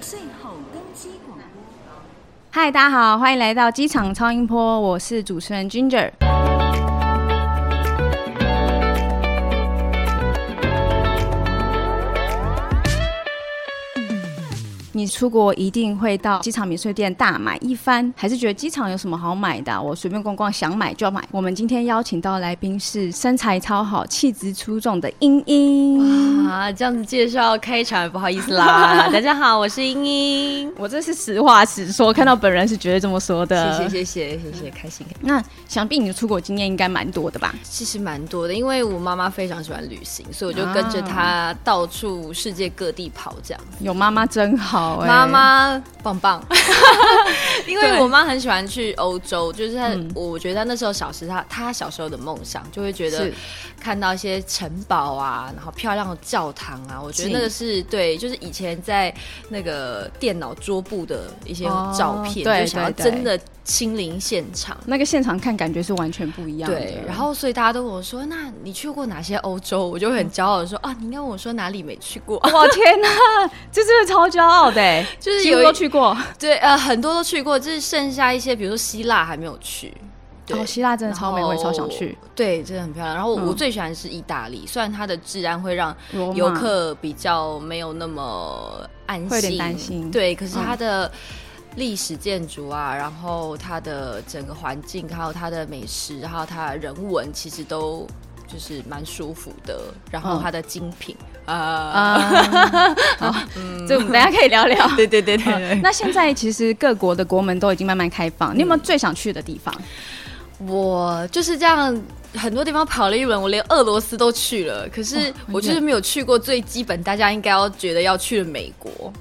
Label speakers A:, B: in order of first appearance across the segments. A: 最后登机广播。
B: 嗨，大家好，欢迎来到机场超音波，我是主持人 Ginger。你出国一定会到机场免税店大买一番，还是觉得机场有什么好买的啊、我随便逛逛，想买就买。我们今天邀请到的来宾是身材超好、气质出众的英英。
C: 啊，这样子介绍开场不好意思 啦。大家好，我是英英。
B: 我这是实话实说，看到本人是绝对这么说的。
C: 谢谢谢谢谢谢，开心。
B: 那想必你的出国经验应该蛮多的吧？
C: 其实蛮多的，因为我妈妈非常喜欢旅行，所以我就跟着她到处世界各地跑，这样。
B: 有妈妈真好、欸，
C: 妈妈棒 棒，因为
B: 对嗯
C: 我妈很喜欢去欧洲，就是她，我觉得她那时候小时候她她小时候的梦想就会觉得
B: 是
C: 看到一些城堡啊，然后漂亮的教堂啊，我觉得
B: 是
C: 那个是对，就是以前在那个电脑桌布的一些
B: 哦
C: 照片，
B: 对
C: 就想要
B: 对对
C: 真的亲临现场。
B: 那个现场看感觉是完全不一样的。
C: 对，然后所以大家都问我说：“那你去过哪些欧洲？”我就会很骄傲的 说：“啊，你应该问我说哪里没去过。”
B: 哇天哪，这真的超骄傲的欸，
C: 就是
B: 几
C: 有
B: 乎
C: 一
B: 都去过。
C: 对，呃，很多都去过，就是剩下一些，比如说希腊还没有去。对，
B: 哦，希腊真的超美，
C: 然
B: 我
C: 后
B: 也超想去。。
C: 对，真的很漂亮。然后我,、
B: 嗯
C: 我最喜欢的是意大利，虽然它的治安会让
B: 罗马
C: 游客比较没有那么安心，
B: 会有点担心嗯
C: 对，可是它的。历史建筑啊，然后它的整个环境，还有它的美食，还有它的人文，其实都就是蛮舒服的。然后
B: 嗯
C: 它的精品 啊，
B: 啊，好，这我们大家可以聊聊。
C: 对对对 对对
B: 那现在其实各国的国门都已经慢慢开放，你
C: 嗯
B: 有没有最想去的地方？
C: 我就是这样，很多地方跑了一轮，我连俄罗斯都去了，可是我就是没有去过最基本大家应该要觉得要去的美国。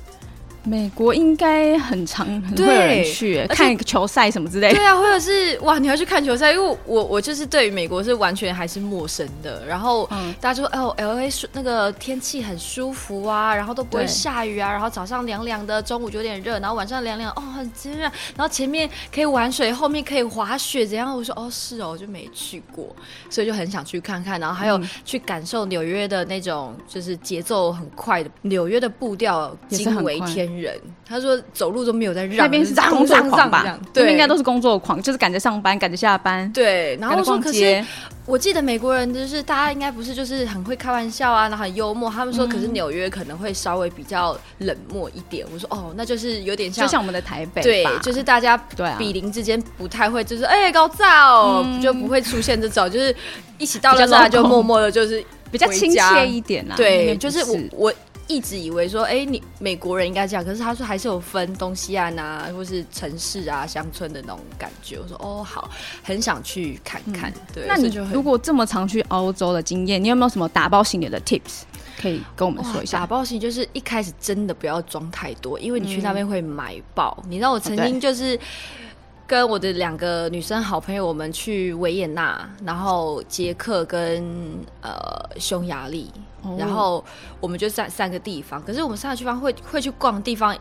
B: 美国应该很常很会
C: 对
B: 有人去欸，
C: 而且
B: 看球赛什么之类的
C: 对。啊，或者是哇，你要去看球赛，因为我我就是对于美国是完全还是陌生的。然后
B: 嗯
C: 大家说，哦，L A 那个天气很舒服啊，然后都不会
B: 对
C: 下雨啊，然后早上凉凉的，中午有点热，然后晚上凉凉，哦，很滋润。然后前面可以玩水，后面可以滑雪，怎样？我说哦，是哦，我就没去过，所以就很想去看看。然后还
B: 嗯
C: 有去感受纽约的那种，就是节奏很快的，纽约的步调
B: 也是很
C: 惊为
B: 快
C: 天人。他说走路都没有在让，
B: 那边是
C: 就
B: 工作
C: 嚷嚷
B: 狂
C: 嚷
B: 吧
C: 嚷？
B: 那
C: 对，
B: 边应该都是工作狂，就是赶着上班，赶着下班，
C: 对，然
B: 赶
C: 后
B: 着
C: 我说
B: 逛
C: 可
B: 街
C: 是。我记得美国人就是大家应该不是就是很会开玩笑啊，然后很幽默。他们说可是
B: 嗯
C: 纽约可能会稍微比较冷漠一点。我说哦，那就是有点
B: 就
C: 像。
B: 像我们的台北吧，
C: 对，就是大家
B: 对啊
C: 比邻之间不太会，就是哎、搞炸哦，
B: 嗯
C: 就不会出现这种，就是一起到了
B: 比较
C: 大家就
B: local
C: 默默的，就是
B: 比较
C: 回
B: 亲
C: 家
B: 切一点啦。那
C: 对，
B: 边不
C: 就是我我一直以为说，哎、你美国人应该这样，可是他说还是有分东西岸啊，或是城市啊、乡村的那种感觉。我说哦，好，很想去看看。对，
B: 嗯那
C: 所
B: 你
C: 以就很
B: 如果这么常去欧洲的经验，你有没有什么打包行李的 tips 可以跟我们
C: 哇
B: 说一
C: 打
B: 下？
C: 包行李就是一开始真的不要装太多，因为你去那边会买爆。
B: 嗯
C: 你知道我曾
B: 对
C: 经就是。跟我的两个女生好朋友，我们去维也纳，然后捷克跟呃匈牙利，
B: 哦
C: 然后我们就三三个地方。可是我们三个地方会会去逛的地方，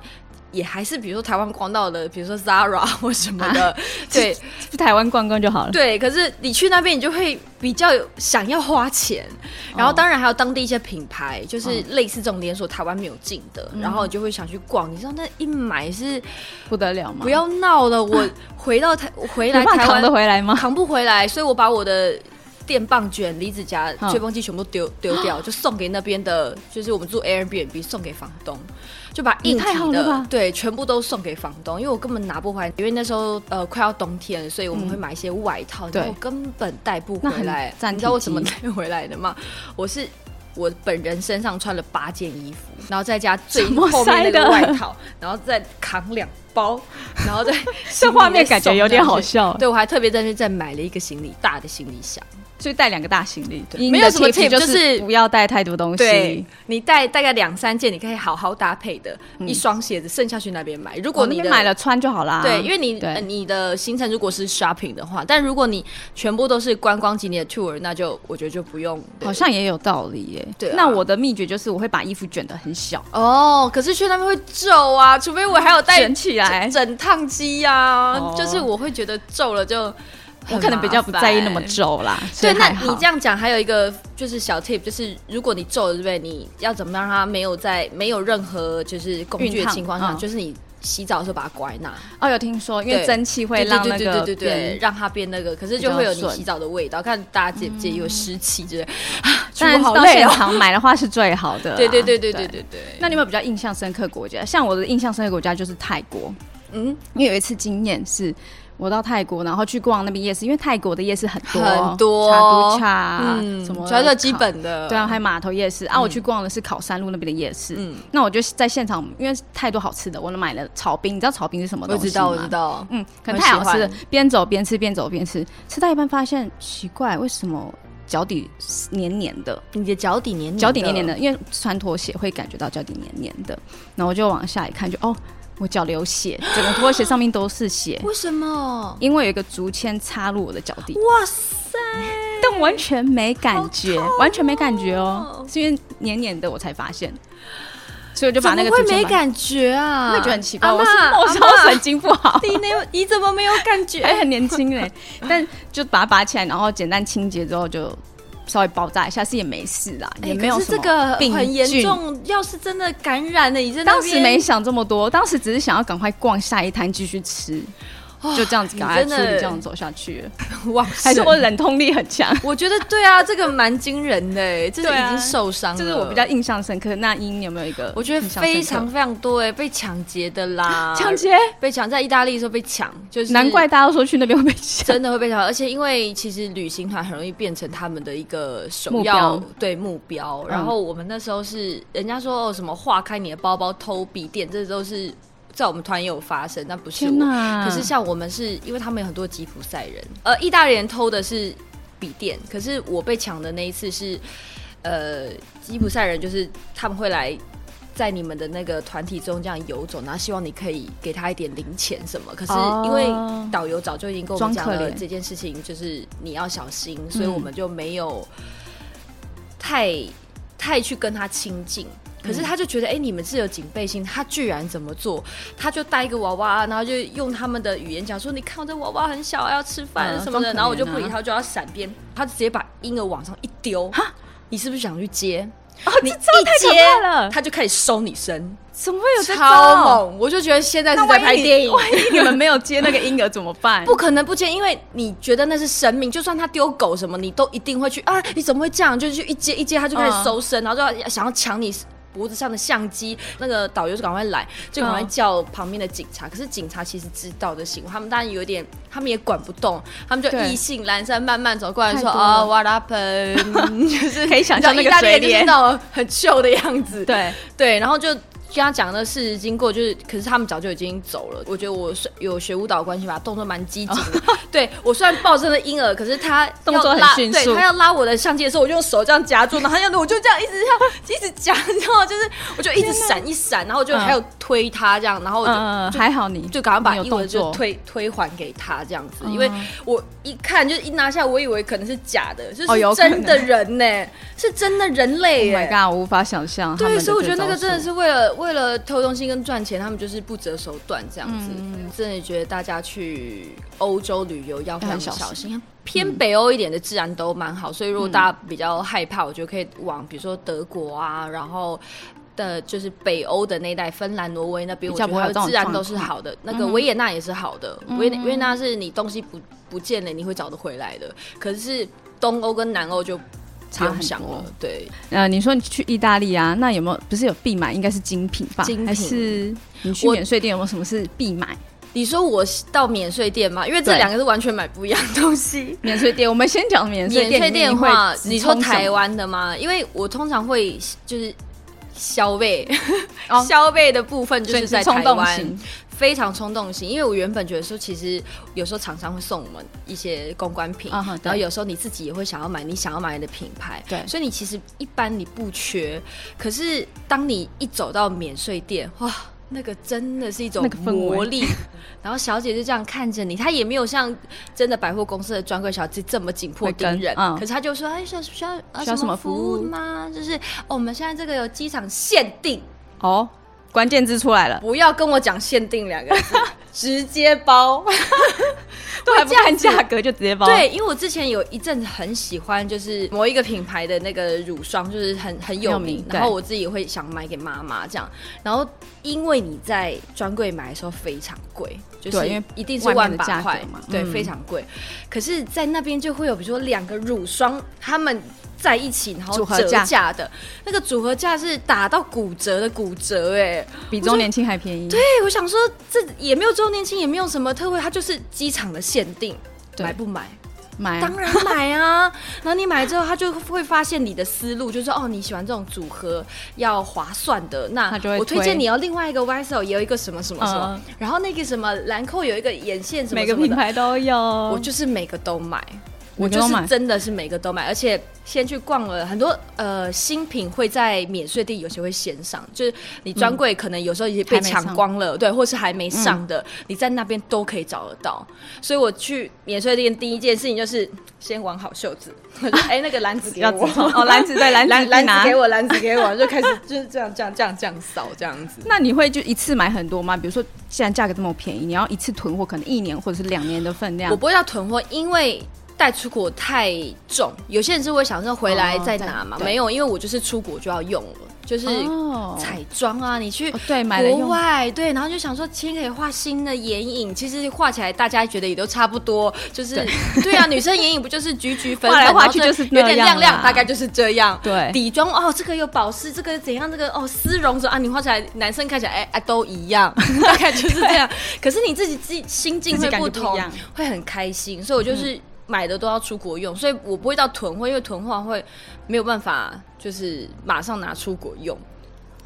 C: 也还是比如说台湾逛到的，比如说 Zara 或什么
B: 啊
C: 的，对，
B: 去台湾逛逛 就 好了。
C: 对，可是你去那边，你就会比较有想要花钱，然
B: 哦
C: 后当然还有当地一些品牌，就是类似这种连锁台湾没有进的，
B: 嗯
C: 然后你就会想去逛。你知道那一买是
B: 不得了吗？
C: 不要闹了，我回到台我回
B: 有
C: 来
B: 办法
C: 台
B: 扛
C: 湾
B: 得回来吗？
C: 扛不回来，所以我把我的。电棒卷、离子夹
B: 嗯、
C: 吹风机全部丢丢掉，就送给那边的，就是我们住 Airbnb 送给房东，就把硬
B: 也太好
C: 体
B: 了吧
C: 的对全部都送给房东，因为我根本拿不回来，因为那时候呃快要冬天了，所以我们会买一些外套，
B: 嗯对
C: 然后根本带不
B: 那
C: 回
B: 很
C: 来。
B: 占
C: 你知道
B: 体
C: 我怎么
B: 积
C: 带回来的吗？我是我本人身上穿了八件衣服，然后再加最
B: 怎么
C: 后面那
B: 塞的
C: 个外套，然后再扛两包，然 后再
B: 这画面感觉有点好
C: 笑。
B: 笑，
C: 对，我还特别在那再买了一个行李大的行李箱。
B: 所以带两个大行李，对
C: 没有什么
B: 你的
C: tip，
B: 就
C: 就是
B: 不要带太多东西。
C: 你带大概两三件，你可以好好搭配的、一双鞋子，剩下去那边买。如果
B: 嗯哦那
C: 你
B: 边
C: 的、
B: 买了穿就好啦。
C: 对，因为你
B: 对
C: 呃你的行程如果是 shopping 的话，但如果你全部都是观光景点的 tour，那就我觉得就不用。对
B: 好像也有道理耶。
C: 对啊
B: 那我的秘诀就是我会把衣服卷得很小，
C: 哦，可是去那边会皱啊，除非我还有带
B: 卷起来
C: 整整烫机啊，
B: 哦
C: 就是我会觉得皱了就
B: 我可能比较不在意那么
C: 重。
B: 皱啦。所
C: 对，
B: 以
C: 那
B: 还好
C: 你这样讲，还有一个就是小 tip，就是如果你皱了，对不对？你要怎么样让它没有在没有任何就是工具
B: 熨
C: 的
B: 烫
C: 情况下，
B: 嗯
C: 就是你洗澡的时候把它拐那，
B: 哦，有听说，因为
C: 对
B: 蒸汽会让那
C: 对对
B: 个
C: 对对对对，
B: 变
C: 让它变那个，可是
B: 比
C: 就
B: 较
C: 会有你
B: 顺
C: 洗澡的味道。看大家介不介意有湿气之类， 出
B: 嗯但
C: 国
B: 是
C: 好
B: 到
C: 累
B: 现
C: 哦。
B: 场买的话是最好 的啦。
C: 对对对对对对对，
B: 那你有没有比较印象深刻国家？像我的印象深刻国家就是泰国，
C: 嗯，
B: 因为有一次经验是。我到泰国，然后去逛那边夜市，因为泰国的夜市很多，
C: 很多
B: 茶都茶，
C: 嗯，
B: 什么
C: 主要是基本的，
B: 对啊，还有码头夜市啊，我去逛的是考山路那边的夜市。
C: 嗯
B: 嗯，那我就在现场，因为太多好吃的，我买了炒冰，你知道炒冰是什么
C: 我
B: 东西
C: 知道我
B: 吗
C: 知。道，
B: 嗯，可能
C: 我
B: 太
C: 喜
B: 好吃了
C: 欢，
B: 边走边吃，边走边吃，吃到一半发现奇怪，为什么脚底黏黏的？
C: 你的脚底黏黏，
B: 脚底黏黏，
C: 嗯
B: 的，因为穿拖鞋会感觉到脚底黏黏的。然后我就往下一看就，哦，我脚
C: ，
B: 流血，整个拖鞋上面都是血
C: 为什么？
B: 因为有一个竹签插入我的脚底，
C: 哇塞！
B: 但完全没感觉，
C: 好痛哦
B: 完全没感觉哦，是因为黏黏的我才发现，所以我就把那个
C: 怎么会
B: 竹签
C: 没
B: 拔，
C: 感觉啊？
B: 会觉得很奇怪，
C: 阿嬷
B: 我是末梢神经哎不好。
C: 你没有，你怎么没有感觉？
B: 还很年轻 嘞，但就把它拔起来，然后简单清洁之后就稍微包扎一下，是也没事啦，
C: 哎
B: 也没有
C: 可
B: 什
C: 是这
B: 么
C: 个
B: 病
C: 很严
B: 菌
C: 重，要是真的感染了，你在那
B: 当时
C: 边
B: 没想这么多，当时只是想要赶快逛下一摊继续吃，
C: 哇
B: 就这样子
C: 你
B: 赶快
C: 真
B: 处
C: 的
B: 理，这样走下去了。
C: 哇，
B: 还是我
C: 忍？
B: 忍痛力 很强，
C: 我觉得对啊，这个蛮惊人的，这是已
B: 对啊
C: 经受伤了。
B: 这是我比较，印象深刻。那英你有没有一个？
C: 我觉得非常非常多哎，被抢劫的啦，
B: 抢劫，
C: 被抢，在意大利的时候被抢，就是
B: 难怪。大家都说去那边会被抢。
C: 真的会被抢，而且因为其实旅行团很容易变成他们的一个首
B: 目
C: 要
B: 标
C: 对目标。
B: 嗯
C: 然后我们那时候是人家说哦什么化开你的包包偷笔电，这都是在我们团也有发生，但不是
B: 天
C: 我。
B: 哪！
C: 可是像我们是因为他们有很多吉普赛人，呃，意大利人偷的是笔电，可是我被抢的那一次是，呃，吉普赛人就是他们会来。在你们的那个团体中这样游走，然后希望你可以给他一点零钱什么。可是因为
B: 哦
C: 导游早就已经跟我们讲
B: 装可
C: 了
B: 怜
C: 这件事情，就是你要小心，所以我们就没有太太去跟他亲近。可是
B: 嗯
C: 他就觉得，哎、你们是有警备心，他居然怎么做？他就带一个娃娃，然后就用他们的语言讲说：“你看我这娃娃很小，要吃饭
B: 嗯
C: 什么的。
B: 装可怜啊
C: 然后我就不理他，就要闪边，他就直接把婴儿往上一丢。你是不是想去接？
B: 哦，
C: 你
B: 这招太
C: 一
B: 可
C: 接
B: 怕了，
C: 他就开始收你身，
B: 怎么会有这
C: 超
B: 招？
C: 猛！我就觉得现在
B: 那
C: 是在
B: 万一
C: 拍
B: 你
C: 电影，
B: 万一你们没有接那个婴儿怎么办？
C: 不可能不接，因为你觉得那是生命，就算他丢狗什么，你都一定会去啊！你怎么会这样？就去一接一接，他就开始
B: 嗯
C: 搜身，然后就要想要抢你脖子上的相机。那个导游就赶快来，就赶快
B: 嗯
C: 叫旁边的警察。可是警察其实知道的行为，他们当然有点，他们也管不动，他们就
B: 对
C: 意兴阑珊，慢慢走过来说
B: 太多
C: 啊
B: 了
C: ，What happened？就是
B: 可以想象那
C: 你知
B: 个
C: 道意大利人
B: 嘴
C: 就是
B: 脸，
C: 那种很秀的样子。
B: 对，
C: 对，然后就跟他讲的事实经过，就是可是他们早就已经走了。我觉得我是有学舞蹈的关系吧，动作蛮机警的。对我虽然抱着那婴儿，可是他要
B: 哦 动作很
C: 拉
B: 迅
C: 对
B: 速
C: 他要拉我的相机的时候，我就用手这样夹住，然后他要我就这样一直这样一直夹，然后就是我就一直闪一闪，然后我就
B: 嗯
C: 还有推他这样，然后我就。
B: 嗯，还好你
C: 就赶快把
B: 你有
C: 婴儿
B: 动
C: 就
B: 作，
C: 推推还给他这样子，
B: 嗯
C: 因为我一看就是一拿下，我以为可能是假的，就
B: 哦有
C: 是
B: 可能
C: 真的人呢、是真的人类
B: Oh
C: 耶、
B: my god！我无法想象他们
C: 对，
B: 的
C: 所以我觉得那个
B: 这
C: 真
B: 招
C: 的
B: 数
C: 是为了为了偷东西跟赚钱，他们就是不择手段这样子。
B: 嗯
C: 真的觉得大家去欧洲旅游要非常
B: 要很小嗯
C: 小心。偏北欧一点的治安都蛮好，所以如果大家比较害怕，我觉得可以往比如说德国啊，然后。的就是北欧的那一带，芬兰、挪威那边，
B: 比
C: 我
B: 较
C: 觉
B: 不会有
C: 得
B: 这
C: 它的
B: 种
C: 治安都是
B: 状况嗯
C: 好的。那个维也纳也是好的，维、维也纳是你东西不不见了，你会找得回来的。可是东欧跟南欧就不
B: 差
C: 用
B: 很
C: 想
B: 多
C: 了，对，
B: 呃，你说你去意大利啊，那有没有不是有必买？应该是精品吧？
C: 精品
B: 还是你去
C: 我
B: 免税店有没有什么是必买？
C: 你说我到免税店吗？因为这
B: 对
C: 两个是完全买不一样的东西。
B: 免税店，我们先讲免
C: 免
B: 税店。
C: 税店的
B: 你会
C: 话，
B: 直
C: 你说
B: 冲什么
C: 台湾的吗？因为我通常会就是消费，
B: 哦
C: 消费的部分就
B: 所以
C: 是
B: 你
C: 在
B: 是
C: 台
B: 冲动
C: 湾
B: 型，，
C: 非常冲动型。因为我原本觉得说，其实有时候厂商会送我们一些公关品，
B: 啊哈对
C: 然后有时候你自己也会想要买你想要买的品牌，
B: 对
C: 所以你其实一般你不缺，可是当你一走到免税店，哇！那个真的是一种
B: 那个氛围
C: 魔力，然后小姐就这样看着你，她也没有像真的百货公司的专柜小姐这么紧迫
B: 会跟
C: 盯人，
B: 嗯
C: 可是她就说：“哎，需要需要、呃
B: 需要什
C: 么
B: 么
C: 服
B: 服务
C: 务吗？就是、哦我们现在这个有机场限定，
B: 哦，关键字出来了，
C: 不要跟我讲限定两个 字，直接包。
B: 都还不
C: 这样
B: 看
C: 子
B: 价格就直接包。
C: 对，因为我之前有一阵子很喜欢，就是某一个品牌的那个乳霜，就是很很有
B: 有
C: 名，
B: 名
C: 然后
B: 对
C: 我自己会想买给妈妈这样。然后因为你在专柜买的时候非常贵，就是
B: 对因为
C: 一定是
B: 外面
C: 万
B: 的
C: 把
B: 价格
C: 块
B: 嘛
C: 对，
B: 嗯
C: 非常贵。可是，在那边就会有比如说两个乳霜，他们。在一起，然后
B: 组合
C: 折
B: 价
C: 价的那个组合价是打到骨折的骨折、哎，
B: 比
C: 我
B: 周
C: 就
B: 年庆还便宜。
C: 哎对，我想说这也没有周年庆，也没有什么特惠，它就是机场的限定，
B: 对
C: 买不买？
B: 买啊
C: 当然买啊！ 然后你买之后，他就会发现你的思路，就是哦，你喜欢这种组合要划算的，那
B: 他就会
C: 我推
B: 推
C: 荐你要另外一个 YSL 也有一个什么什么什么，
B: 嗯
C: 然后那个什么兰蔻有一个眼线什么
B: 每
C: 什
B: 个
C: 么
B: 品
C: 的，
B: 牌都有，
C: 我就是每个都买。我
B: 每个
C: 就
B: 都
C: 是
B: 买
C: 真的是每个都买，而且先去逛了很多呃新品，会在免税店有些会先上，就是你专柜可能有时候也被
B: 还没
C: 抢
B: 上
C: 光了，对，或是还没上的，你在那边都可以找得到。所以我去免税店第一件事情就是先挽好袖子， 我就哎、那个篮子给
B: 要
C: 我
B: 自创，哦，篮子对篮
C: 篮
B: 子
C: 篮子
B: 拿
C: 给。我，篮子给我，就开始就是这样这样这样这样扫这样子。
B: 那你会就一次买很多吗？比如说，既然价格这么便宜，你要一次囤货，可能一年或者是两年的分量
C: 我。不会要囤货，因为带出国太重。有些人是会想说回来再拿嘛，
B: 哦对
C: 没有，因为我就是出国就要用了，就是
B: 哦
C: 彩妆啊，你去
B: 哦对买了
C: 国
B: 用
C: 外对，然后就想说今天可以画新的眼影，其实画起来大家觉得也都差不多，就是对啊，女生眼影不 就是橘橘粉粉，
B: 画来画去
C: 然后
B: 就是
C: 有点
B: 那样
C: 亮亮，
B: 啦
C: 大概就是这样。
B: 对
C: 底妆哦，这个有保湿，这个怎样，这个哦丝绒什么啊，你画起来男生看起来哎哎都一 样，大概就是这样。可是你自己自己心境
B: 自
C: 会
B: 己感觉不
C: 同
B: 一样，嗯
C: 会很开心，所以我就是买的都要出国用，所以我不会到囤货，因为囤货会没有办法就是马上拿出国用。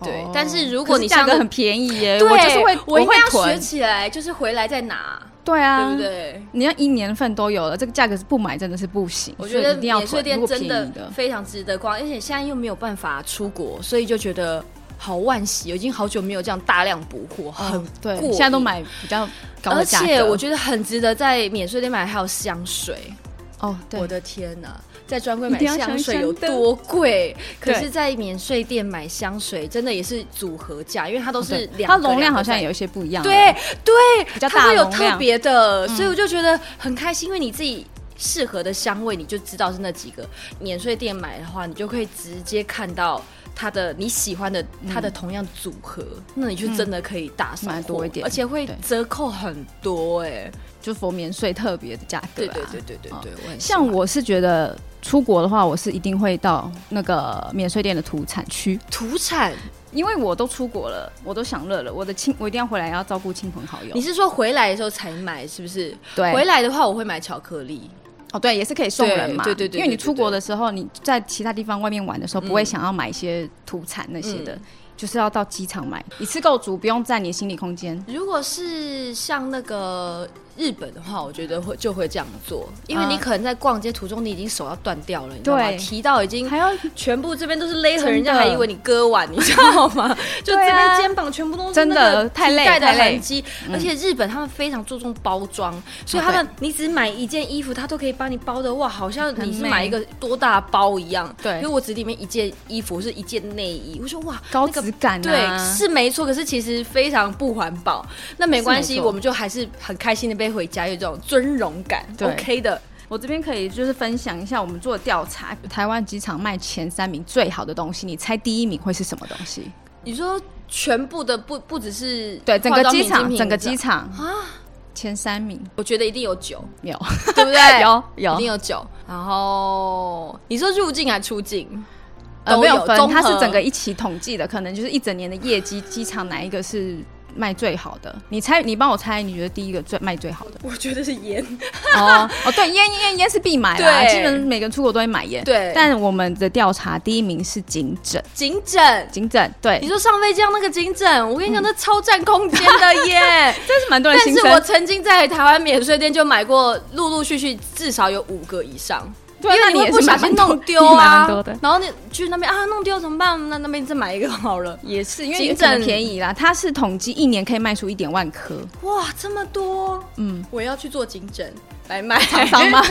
C: 对，
B: 哦
C: 但是如果
B: 可
C: 你
B: 价
C: 像
B: 格
C: 那
B: 很便宜耶，
C: 对，
B: 我就是会，
C: 我应
B: 会
C: 该要学
B: 囤，
C: 起来，就是回来再拿，
B: 对啊，
C: 对不？对？
B: 你要一年份都有了，这个价格是不买真的是不行。
C: 我觉得
B: 所以一定要
C: 免税
B: 囤，
C: 店
B: 如果
C: 真
B: 便
C: 的
B: 宜的，
C: 非常值得逛，而且现在又没有办法出国，所以就觉得好惋惜，已经好久没有这样大量补货，很
B: 哦对
C: 过，瘾
B: 现在都买比较高
C: 而
B: 的价格。
C: 且我觉得很值得在免税店买，还有香水。
B: 得，哦，对
C: 我，的天呐，在专柜买
B: 一定要
C: 香
B: 香
C: 水
B: 香
C: 有
B: 的
C: 多贵？可
B: 对
C: 是，在免税店买香水真的也是组合价，因为它都是
B: 对
C: 两
B: 它
C: 个，
B: 容量好像
C: 有。
B: 有一些不一样。
C: 对对，
B: 比较
C: 它
B: 大
C: 会有
B: 容
C: 特
B: 量嗯
C: 别的，所以我就觉得很开心，因为你自己。适合的香味，你就知道是那几个。免税店买的话，你就可以直接看到它的你喜欢的它的同样组合，那你就真的可以大扫
B: 嗯买多
C: 货
B: 一点
C: 而且会
B: 对
C: 折扣很多哎、
B: 就佛免税特别的价格、
C: 对
B: 啊。
C: 对对对对
B: 哦
C: 对，我很喜
B: 像
C: 欢
B: 我是觉得出国的话，我是一定会到那个免税店的土产区，
C: 土产，
B: 因为我都出国了，我都享乐了，我的亲我一定要回来要照顾亲朋好友
C: 你。是说回来的时候才买是不是？
B: 对，
C: 回来的话，我会买巧克力。
B: 哦对，也是可以送人嘛，
C: 对对对对
B: 因为
C: 对
B: 你
C: 对
B: 出国的时候，你在其他地方外面玩的时候，
C: 嗯
B: 不会想要买一些土产那些的。
C: 嗯
B: 就是要到机场买，一次够足，不用占你的心理空间。
C: 如果是像那个日本的话，我觉得会就会这样做，因为
B: 啊
C: 你可能在逛街途中，你已经手要断掉了，你知道吗？
B: 对
C: 提到已经
B: 还要
C: 全部这边都是勒痕，
B: 真的
C: 人家还以为你割腕，你知道吗？ 就这
B: 对啊
C: 边肩膀全部都是
B: 真的
C: 那个
B: 太累
C: 皮带的
B: 太累嗯
C: 痕迹，而且日本他们非常注重包装，所以
B: 啊
C: 他们你只买一件衣服，他都可以帮你包的哇，好像你是
B: 很美
C: 买一个多大包一样。
B: 对
C: 因为我只里面一件衣服是一件内衣，我说哇，
B: 高
C: 那个
B: 质感、啊
C: 对，是没错，可是其实非常不环保。那没关
B: 是
C: 系，
B: 没错
C: 我们就还是很开心的背回家，有这种尊荣感
B: 对
C: ，OK 的。
B: 我这边可以就是分享一下我们做的调查，台湾机场卖前三名最好的东西，你猜第一名会是什么东西？
C: 你说全部的不不只是
B: 对，整
C: 化
B: 个
C: 妆
B: 机
C: 品精
B: 场，
C: 品
B: 整个
C: 这样
B: 机场
C: 啊，
B: 前三名
C: 我觉得一定有 酒，
B: 有
C: 对不对？
B: 有
C: 一定
B: 有，
C: 有酒。然后你说入境还出境，
B: 呃，
C: 都
B: 没
C: 有
B: 有分
C: 综，合？
B: 它是整个一起统计的，可能就是一整年的业绩，机场哪一个是卖最好的？你猜，你帮我猜，你觉得第一个最卖最好的
C: 我觉得是烟。
B: 哦哦，对，烟烟烟是必买啦，
C: 对
B: 基本每个人出国都会买烟。
C: 对
B: 但我们的调查第一名是颈枕，
C: 颈枕，
B: 颈枕对
C: 你，说上飞机要那个颈枕，我跟你讲，那超占空间的 耶。
B: 这是蛮多人
C: 但
B: 嗯心
C: 是
B: 声
C: 我。曾经在台湾免税店就买过，陆陆续续至少有五个以上，
B: 对啊
C: 因为
B: 那
C: 你
B: 你
C: 会
B: 也
C: 不
B: 是
C: 小
B: 买
C: 心
B: 蛮多
C: 弄丢啊
B: 你买蛮多的，
C: 然后你去那边啊弄丢怎么办？那那边再买一个好了。
B: 也是因为
C: 颈
B: 也
C: 枕
B: 很便宜啦，它是统计一年可以卖出一点万颗，
C: 哇，这么多，
B: 嗯，
C: 我要去做颈枕，来买
B: 厂商 吗？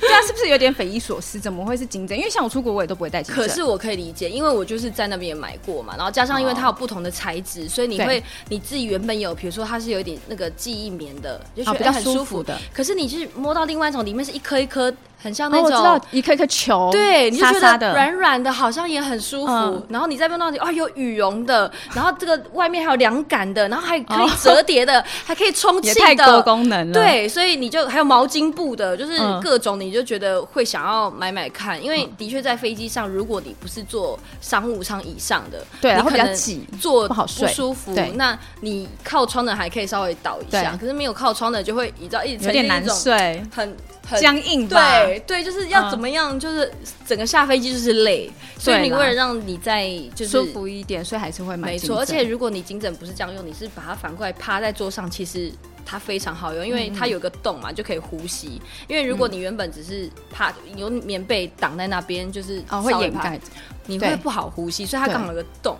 B: 对啊，是不是有点匪夷所思？怎么会是金针？因为像我出国，我也都不会带金针。
C: 可是我可以理解，因为我就是在那边也买过嘛，然后加上因为它有不同的材质，所以你会
B: 哦对
C: 你自己原本有，比如说它是有一点那个记忆棉的，就觉
B: 哦
C: 得、
B: 比较
C: 哎很舒
B: 舒服的
C: 可是你就是摸到另外一种，里面是一颗一颗，很像那
B: 哦，我
C: 种。
B: 知道一颗一颗球，
C: 对，你就
B: 沙
C: 觉
B: 沙
C: 得
B: 的，
C: 软软的，好像也很舒服。
B: 嗯
C: 然后你再碰到你哦，有羽绒的，然后这个外面还有凉感的，然后还可以
B: 哦
C: 折叠的，还可以充气
B: 也太
C: 的，
B: 多功能了。，
C: 对，所以你就还有毛巾布的，就是
B: 嗯
C: 各种，你就觉得会想要买买看，因为的确在飞机上，如果你不是坐商务舱以上的，
B: 对
C: 你
B: 然后
C: 可
B: 比较
C: 能
B: 挤
C: 坐
B: 不好睡
C: 舒服
B: 对。
C: 那你靠窗的还可以稍微倒一下，
B: 对
C: 可是没有靠窗的就会你知道一直
B: 有点
C: 呈现
B: 难
C: 一种
B: 睡，
C: 很很
B: 僵硬吧？
C: 对对，就是要
B: 嗯
C: 怎么样，就是整个下飞机就是累，所以
B: 对
C: 你
B: 啦
C: 为了让你在就是
B: 舒服一点，所以还是会买
C: 没
B: 金
C: 错，而
B: 针
C: 且如果你颈枕不是这样用，你是把它反过来趴在桌上，其实它非常好用，因为它有个洞嘛，就可以呼吸。因为如果你原本只是趴，有棉被挡在那边，就是
B: 哦会
C: 稍微
B: 掩
C: 趴，
B: 盖，
C: 你
B: 对
C: 会不好呼吸，所以它
B: 对
C: 刚好有个洞。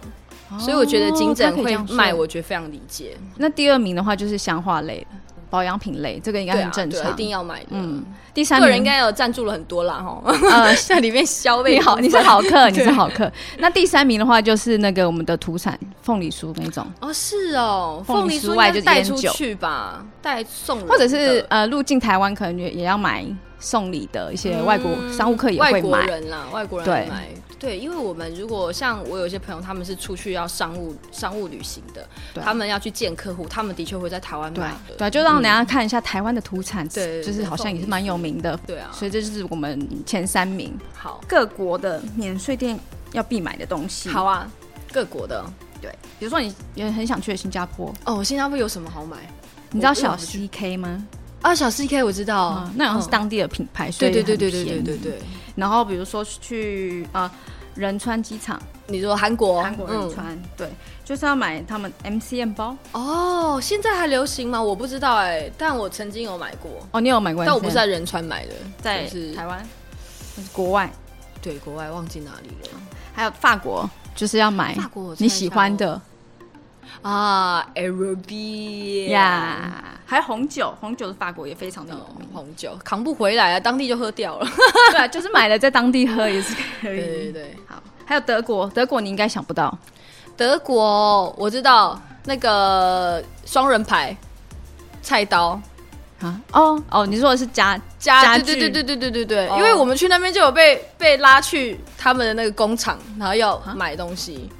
C: 所哦以我觉得颈
B: 金针
C: 枕会卖，我觉得非常理解，
B: 那第二名的话就是香化类的保养品类，这个应该
C: 对
B: 很
C: 啊，
B: 正
C: 对啊
B: 常。
C: 一定要买的。
B: 嗯，第三
C: 个
B: 名
C: 人应该有赞助了很多啦，哈，
B: 呃，
C: 在里面消费
B: 你好，
C: 部
B: 你是
C: 分
B: 好客，你
C: 对
B: 是好客。那第三名的话就是那个我们的土产凤梨酥那种，
C: 哦，是哦，
B: 凤梨
C: 凤梨酥
B: 酥
C: 应
B: 外
C: 该
B: 就是
C: 带出
B: 烟酒
C: 去吧，带送人的，
B: 或者是呃入境台湾可能也也要买送礼的一些外国
C: 嗯
B: 商务客也
C: 外
B: 会
C: 国
B: 买。啊
C: 人啦，外国人
B: 对
C: 买。对，因为我们如果像我有一些朋友，他们是出去要商务商务旅行的，
B: 对
C: 他们要去见客户，他们的确会在台湾
B: 对
C: 买的。嗯
B: 对，就让大家看一下台湾的土产，
C: 对对
B: 就是
C: 对
B: 好像也是
C: 凤梨
B: 蛮有
C: 酥
B: 名的。
C: 对啊，
B: 所以这就是我们前三名
C: 好，
B: 各国的免税店要必买的东西。
C: 好，啊，各国的
B: 对，比如说你也很想去的新加坡，
C: 哦，新加坡有什么好买？
B: 你知道
C: 我
B: 小
C: 我不去
B: CK 吗？
C: 啊，小 CK 我知道，
B: 啊，那好像是
C: 嗯
B: 当地的品牌，所
C: 对
B: 以
C: 对对
B: 很
C: 对对
B: 便
C: 对
B: 宜
C: 对对。
B: 然后比如说去呃仁川机场，
C: 你说韩国，
B: 韩国仁
C: 嗯，
B: 川，对，就是要买他们 MCM 包。
C: 哦，现在还流行吗？我不知道哎，但我曾经有买过，
B: 哦，你有买过？
C: 但我不是在仁川买的，
B: 在
C: 就是
B: 台湾，就是国外，
C: 对国外忘记哪里了。
B: 还有法国，就是要买
C: 法国我
B: 你
C: 猜一
B: 喜
C: 下
B: 欢
C: 哦
B: 的
C: 啊 a r o b 呀，
B: 呀。还有红酒，红酒的法国也非
C: 哦
B: 常的有名。
C: 红酒扛不回来啊，当地就喝掉了。
B: 对啊，就是买了在当地喝也是可
C: 对对
B: 以。
C: 对，
B: 好，还有德国，德国你应该想不到，
C: 德国我知道那个双人牌，菜刀
B: 啊，哦哦，你说的是家
C: 加
B: 家
C: 对对对
B: 具
C: 对对对对对，
B: 哦
C: 因为我们去那边就有被被拉去他们的那个工厂，然后要
B: 啊
C: 买东西。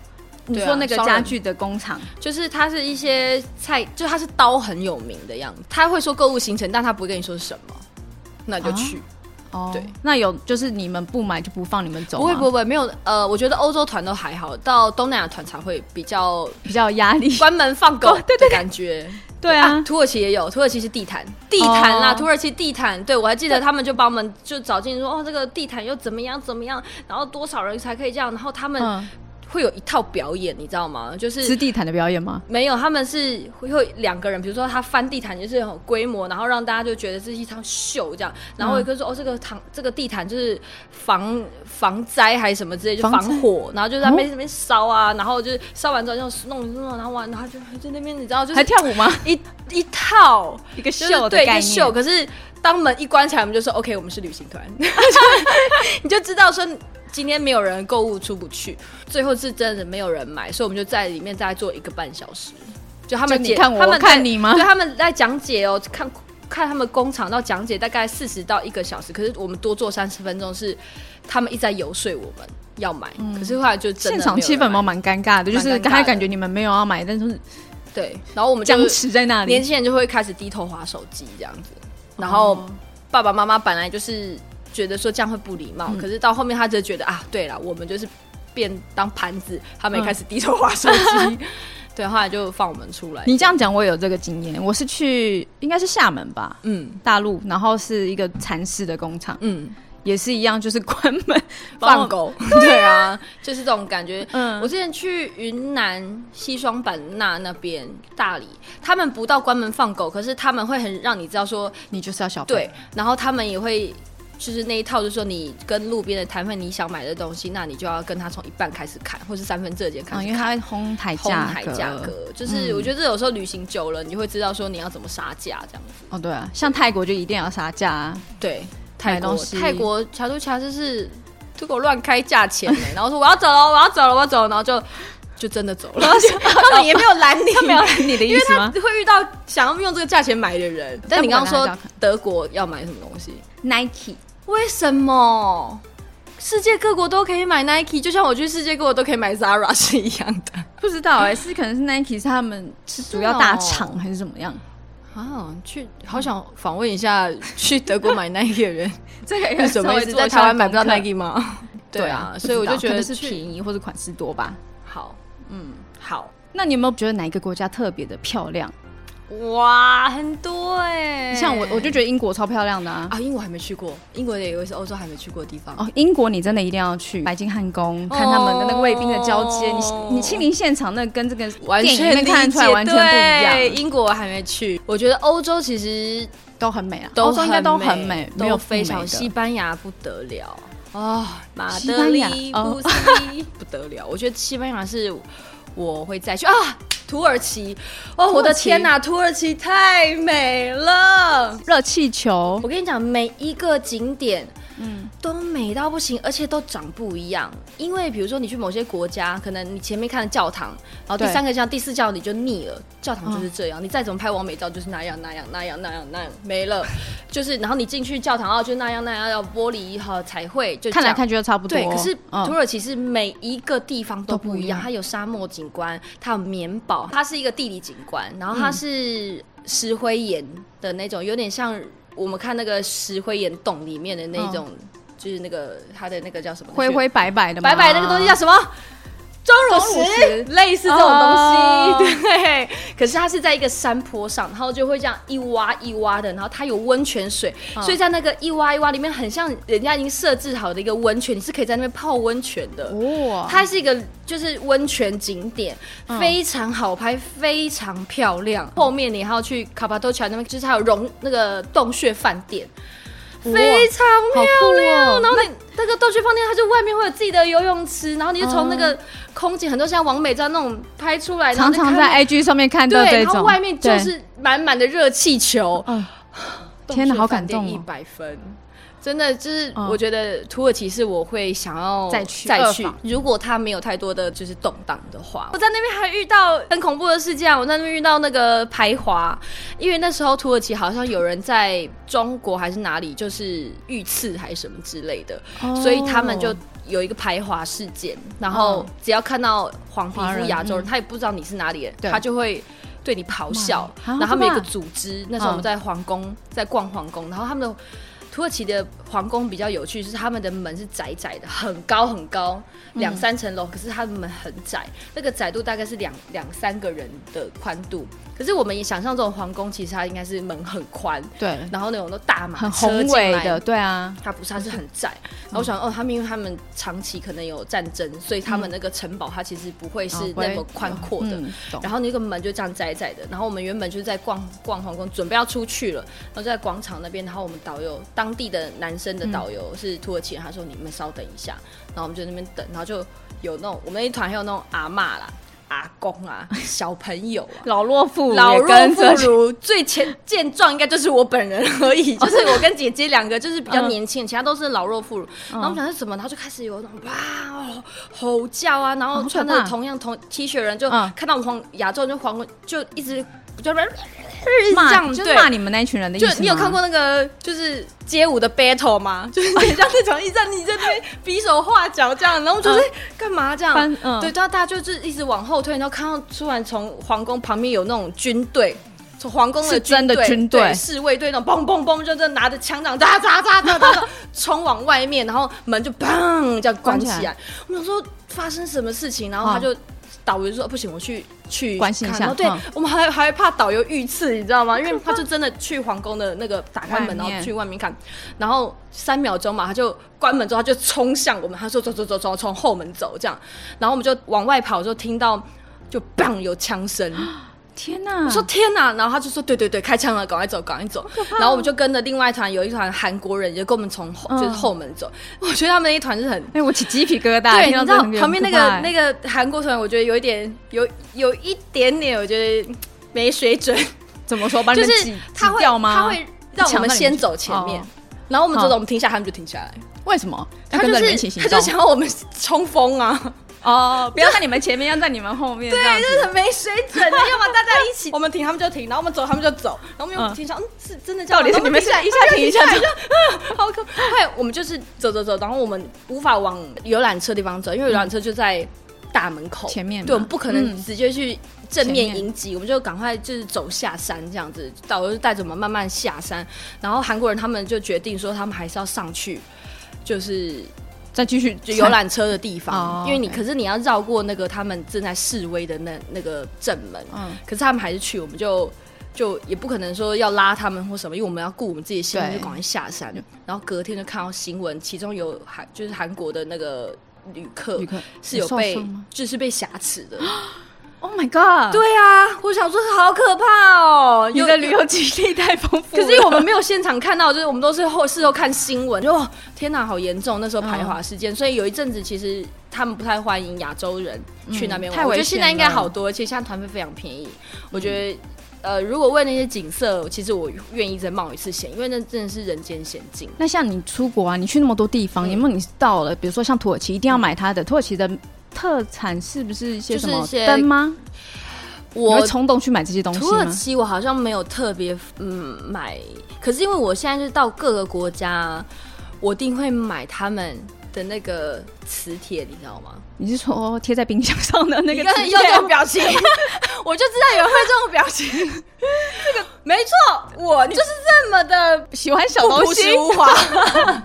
B: 你
C: 对啊
B: 说那个
C: 商人
B: 家具的工厂，
C: 就是它是一些菜，就它是刀很有名的样子，他会说购物行程，但他不会跟你说是什么，那你就
B: 啊
C: 去。
B: 哦
C: 对，
B: 那有就是你们不买就不放你们走吗，
C: 不会不会不会，没有呃，我觉得欧洲团都还好，到东南亚团才会比较
B: 比较有压力，
C: 关门放狗
B: 哦对
C: 的感觉。
B: 对啊，
C: 土耳其也有，土耳其是地毯，地毯啦，
B: 哦
C: 土耳其地毯。对我还记得他们就帮我们就找进说，哦，这个地毯又怎么样怎么样，然后多少人才可以这样，然后他们
B: 嗯，
C: 会有一套表演，你知道吗？就是是。
B: 地毯的表演吗？
C: 没有，他们是会会两个人，比如说他翻地毯就是很有规模，然后让大家就觉得这是一场秀这样，然后
B: 嗯
C: 有一个说、哦，这个糖这个地毯就是防防灾还是什么之类，就
B: 防
C: 防
B: 灾
C: 火，然后就在那边那边烧啊，然后就是烧完之后就弄弄弄，然后完，然后就就那边你知道就是
B: 还跳舞吗？
C: 一一套
B: 一个
C: 就是对一个秀，可是当门一关起来，我们就说 OK，我们是旅行团， 你就知道说今天没有人购物出不去，最后是真的没有人买，所以我们就在里面大概坐一个半小时，就他
B: 就
C: 们
B: 你
C: 解
B: 看我
C: 他们
B: 我看
C: 在
B: 你吗
C: 对，他们在讲解哦，看看他们工厂到讲解大概四十到一个小时，可是我们多做三十分钟是他们一直在游说我们要买，可是后来就真的
B: 嗯现场
C: 没有人
B: 气氛
C: 买
B: 嘛蛮尴尬的，就
C: 蛮
B: 是
C: 尴尬
B: 还
C: 的
B: 感觉你们没有要买，但是
C: 对，然后我们就
B: 僵持在那
C: 年
B: 里。
C: 轻人就会开始低头划手机这样子，然后
B: 哦
C: 爸爸妈妈本来就是觉得说这样会不礼貌，
B: 嗯
C: 可是到后面他就觉得啊，对了，我们就是变当盘子，他们也开始低头划手机， 对，后来就放我们出来。
B: 嗯你这样讲，我也有这个经验。我是去应该是厦门吧，
C: 嗯
B: 大陆，然后是一个蚕丝的工厂，
C: 嗯，
B: 也是一样，就是关门
C: 放。狗，对啊，就是这种感觉。
B: 哦嗯
C: 我之前去云南西双版纳那边大理，他们不到关门放狗，可是他们会很让你知道说
B: 你就是要小朋友
C: 对，然后他们也会就是那一套，就是说你跟路边的摊贩你想买的东西，那你就要跟他从一半开始砍，或是三分之二间开
B: 啊，
C: 始
B: 因为它
C: 砍。
B: 会哄抬
C: 哄
B: 价
C: 抬
B: 格，
C: 价格，嗯就是我觉得有时候旅行久了，你就会知道说你要怎么杀价这样子。
B: 哦，对啊，像泰国就一定要杀价、啊，
C: 对，
B: 买
C: 泰
B: 东
C: 国
B: 西
C: 泰国卡都卡就是就给我乱开价钱、欸，然后说我要走了，我要走了，我要走了，然后就 就真的走了，他们也没有拦你，
B: 他没有你的
C: 因
B: 意
C: 为
B: 思
C: 他
B: 吗？
C: 会遇到想要用这个价钱买的人。但你刚刚
B: 不管他
C: 说
B: 还是要
C: 德国要买什么东西？
B: Nike
C: 为什么？世界各国都可以买 Nike，就像我去世界各国都可以买 Zara 是一样的。
B: 不知道哎、是可能是 Nike 是他们是主要大厂还是怎么样？
C: 啊，去好想访问一下去德国 买 Nike 的人，
B: 这个
C: 是什么意思？在台湾买不到 Nike 吗？
B: 对
C: 对
B: 啊
C: 啊，，所以我就觉
B: 可
C: 得
B: 能是
C: 去
B: 便宜或者款式多吧。
C: 好，嗯，好，
B: 那你有没有觉得哪一个国家特别的漂亮？
C: 哇，很多哎、
B: 像我，我就觉得英国超漂亮的啊！
C: 啊，英国还没去过，英国也有一个是欧洲还没去过的地方。
B: 哦，英国你真的一定要去白金汉宫，看他们的那个卫兵的交接，
C: 哦
B: 你你亲临现场，那跟这个
C: 完
B: 电影里
C: 全
B: 面看出来
C: 理解
B: 完全不
C: 对
B: 一样，
C: 英国我还没去，我觉得欧洲其实
B: 都很美啊，
C: 都
B: 欧洲应该都很
C: 美
B: 美，，没有
C: 都非常。西
B: 细。啊
C: 班牙不得了哦，马
B: 西
C: 德
B: 班牙
C: 里
B: 哦
C: 不斯利 不得了，我觉得西班牙是我会再去啊。土耳其，哦，
B: 耳其
C: 我的天哪，土耳其太美了！
B: 热气球
C: 我跟你讲，每一个景点，嗯，都美到不行，而且都长不一样。因为比如说你去某些国家，可能你前面看了教堂，然后第
B: 对
C: 三个教、第四教你就腻了，教堂就是这样，你再怎么拍完美照就是那样那样那样那样那样没了，就是然后你进去教堂哦就那样那样，要玻璃和彩绘，就这
B: 看来
C: 样
B: 看去都差不多。
C: 对，可是
B: 嗯
C: 土耳其是每一个地方都
B: 都不
C: 不
B: 一
C: 一
B: 样
C: 样，它有沙漠景观，它有棉堡，它是一个地理景观，然后它是石灰岩的那种，有点像我们看那个石灰岩洞里面的那种，就是那个它的那个叫什么
B: 嗯灰灰白白的嘛，
C: 白白那个东西叫什么？钟乳
B: 啊钟乳石
C: 石，类似这种
B: 哦
C: 东西，对。可是它是在一个山坡上，然后就会这样一洼一洼的，然后它有温泉水，
B: 嗯
C: 所以在那个一洼一洼里面，很像人家已经设置好的一个温泉，你是可以在那边泡温泉的。
B: 哇，
C: 它是一个就是温泉景点，
B: 嗯
C: 非常好拍，非常漂亮。后面你还要去卡巴多奇亚那边，就是还有溶那个洞穴饭店，
B: 哇
C: 非常
B: 好酷
C: 漂亮。
B: 哦
C: 然后你那个洞穴饭店，它就外面会有自己的游泳池，然后你就从那个空景，很多像王美照那种拍出来，然后
B: 嗯常
C: 就看
B: 常在 IG 上面看到
C: 对，
B: 这
C: 然后
B: 种，
C: 外面就
B: 对
C: 是满满的热气球。
B: 嗯，天哪好感动哦
C: 一百分。真的就是，
B: 嗯
C: 我觉得土耳其是我会想要
B: 再去
C: 再去
B: 二访。
C: 如果它没有太多的就是动荡的话，我在那边还遇到很恐怖的事件啊。我在那边遇到那个排华，因为那时候土耳其好像有人在中国还是哪里，就是遇刺还是什么之类的，
B: 哦嗯
C: 所以他们就有一个排华事件。然后只要看到黄皮
B: 华
C: 肤
B: 人
C: 亚洲人，
B: 嗯
C: 他也不知道你是哪里人，
B: 对
C: 他就会对你咆哮。
B: 妈呀
C: 然
B: 啊
C: 后他们有一个
B: 真的啊
C: 组织，那时候我们
B: 嗯
C: 在皇宫、在逛皇宫，然后他们的土耳其的皇宫比较有趣，就是他们的门是窄窄的，很高很高，
B: 嗯
C: 两三层楼，可是他们门很窄，那个窄度大概是两两三个人的宽度。可是我们也想象这种皇宫，其实它应该是门很宽，
B: 对，
C: 然后那种都大马
B: 很
C: 车
B: 宏
C: 进
B: 伟
C: 来
B: 的，对啊，
C: 它不是，它是很窄。然后我想，哦，他们因为他们长期可能有战争，所以他们那个城堡它其实不会是
B: 哦不会
C: 那么宽阔的。
B: 嗯懂
C: 然后那个门就这样窄窄的。然后我们原本就是在逛逛皇宫，准备要出去了，然后就在广场那边，然后我们导游当地的男生的导游是土耳其人，他说你们稍等一下，然后我们就在那边等，然后就有那种我们那一团还有那种阿嬷啦、阿公啊、小朋友啊，
B: 老弱妇孺
C: 老
B: 也
C: 弱
B: 跟
C: 妇
B: 着去
C: 孺最前健壮应该就是我本人而已，就是我跟姐姐两个就是比较
B: 哦嗯
C: 年轻，其他都是老弱妇孺。然后我们想是什么，然后就开始有那种哇哦吼叫啊，然后
B: 好可
C: 穿
B: 怕
C: 着同样同 T 恤的人就
B: 嗯
C: 看到黄亚洲人就黄就一直就
B: 骂，
C: 这样
B: 就是
C: 对。
B: 骂你们那一群人的意
C: 就
B: 思吗
C: 你有看过那个就是街舞的 battle 吗？ 就是很像那种一让你在那边比手画脚这样，然后我们就
B: 嗯
C: 是哎干嘛这样
B: 翻？嗯
C: 对，然后大家就是一直往后退，然后看到突然从皇宫旁边有那种军队。从皇宫
B: 是
C: 的
B: 真的军队
C: 队、对侍卫队那种嘣嘣嘣，就在拿着枪这样哒哒哒哒哒哒冲往外面，然后门就砰这样关起
B: 关起
C: 来。我想说发生什么事情，然后他
B: 嗯
C: 就导游就说不行，我去去
B: 关心一
C: 看
B: 下
C: 然后对
B: 嗯
C: 我们还还怕导游遇刺，你知道吗？ 因为他就真的去皇宫的那个打开
B: 外
C: 门，然后
B: 面
C: 去外面看，然后三秒钟嘛，他就关门之后，他就冲向我们，他说走走走走，从
B: 嗯
C: 后门走这样，然后我们就往外跑，就听到就 bang 有枪声，
B: 天哪！
C: 我说天哪！然后他就说对对对，开枪啊了，赶快走，赶快走。然后我们就跟着另外一团，有一团韩国人也跟我们从后、就是
B: 嗯
C: 后门走。我觉得他们那一团是很
B: 哎、我起鸡皮疙瘩。
C: 对，你
B: 听到
C: 知
B: 这
C: 道
B: 个
C: 旁边那个那
B: 个，
C: 个韩国团，我觉得有一点有有一点点，我觉得嗯没水准，
B: 怎么说？把你
C: 就
B: 们
C: 是
B: 挤
C: 他
B: 挤
C: 会
B: 掉吗？
C: 他会让我
B: 抢
C: 们
B: 到你
C: 先
B: 们
C: 走前
B: 哦
C: 面，然后我们走
B: 好
C: 走，我们停下来，他们就停下来。
B: 为什么？
C: 他
B: 跟
C: 就
B: 着你们
C: 是
B: 一起行
C: 他
B: 动。
C: 就想要我们冲锋啊！
B: 哦，不要在你们前面，要在你们后面。对，
C: 对，就是很没水准 的。要么大家一起，我们停他们就停，然后我们走他们就走，然后我们又
B: 嗯
C: 停下，嗯，是真的这
B: 到
C: 样吗
B: 底是
C: 然后
B: 你们
C: 停下
B: 是
C: 来
B: 一下
C: 然后
B: 停
C: 又
B: 一
C: 停
B: 下
C: 下来，就啊，好可怕！后来我们就是走走走，然后我们无法往游览车地方走，因为游览车就在大门口
B: 前面嘛
C: 对，我们不可能
B: 嗯
C: 直接去正
B: 前
C: 面
B: 面
C: 迎击，我们就赶快就是走下山这样子，导游就带着我们慢慢下山，然后韩国人他们就决定说他们还是要上去，就是
B: 再继续
C: 就游览车的地
B: 哦
C: 方，因为你
B: OK
C: 可是你要绕过那个他们正在示威的那那个正门，
B: 嗯
C: 可是他们还是去，我们就就也不可能说要拉他们或什么，因为我们要顾我们自己的心，就
B: 对
C: 赶快下山。
B: 嗯
C: 然后隔天就看到新闻，其中有韩就是韩国的那个旅客
B: 旅客
C: 是有
B: 有受
C: 被
B: 伤吗
C: 就是被挟持 的，
B: Oh my god！，
C: 对啊，我想说好可怕哦，
B: 你
C: 有
B: 的旅游经历太丰富
C: 可
B: 了。
C: 是因为我们没有现场看到，就是我们都是后事后看新闻，就哦天哪，好严重！那时候排华事件，所以有一阵子其实他们不太欢迎亚洲人去那边玩。
B: 嗯太
C: 我
B: 危
C: 觉
B: 险
C: 得现在应该
B: 了嗯
C: 好多，而且现在团费非常便宜。我觉得，呃，如果为那些景色，其实我愿意再冒一次险，因为那真的是人间险境。
B: 那像你出国啊，你去那么多地方，
C: 嗯
B: 有没有你到了？比如说像土耳其，一定要买它的土耳其的特产，是不是一些
C: 就是
B: 什
C: 一
B: 么
C: 些
B: 灯吗？你
C: 我
B: 会冲动去买这些东西
C: 土耳
B: 吗？
C: 其我好像没有特别嗯买，可是因为我现在就是到各个国家，我一定会买他们的那个磁铁，你知道吗？
B: 你是说贴在冰箱上的那
C: 你
B: 个
C: 刚
B: 磁
C: 才
B: 铁
C: 用这种表情， 我就知道有人会这种表情。这个没错，我就是这么的
B: 喜欢小
C: 不
B: 东
C: 朴
B: 西
C: 实无华。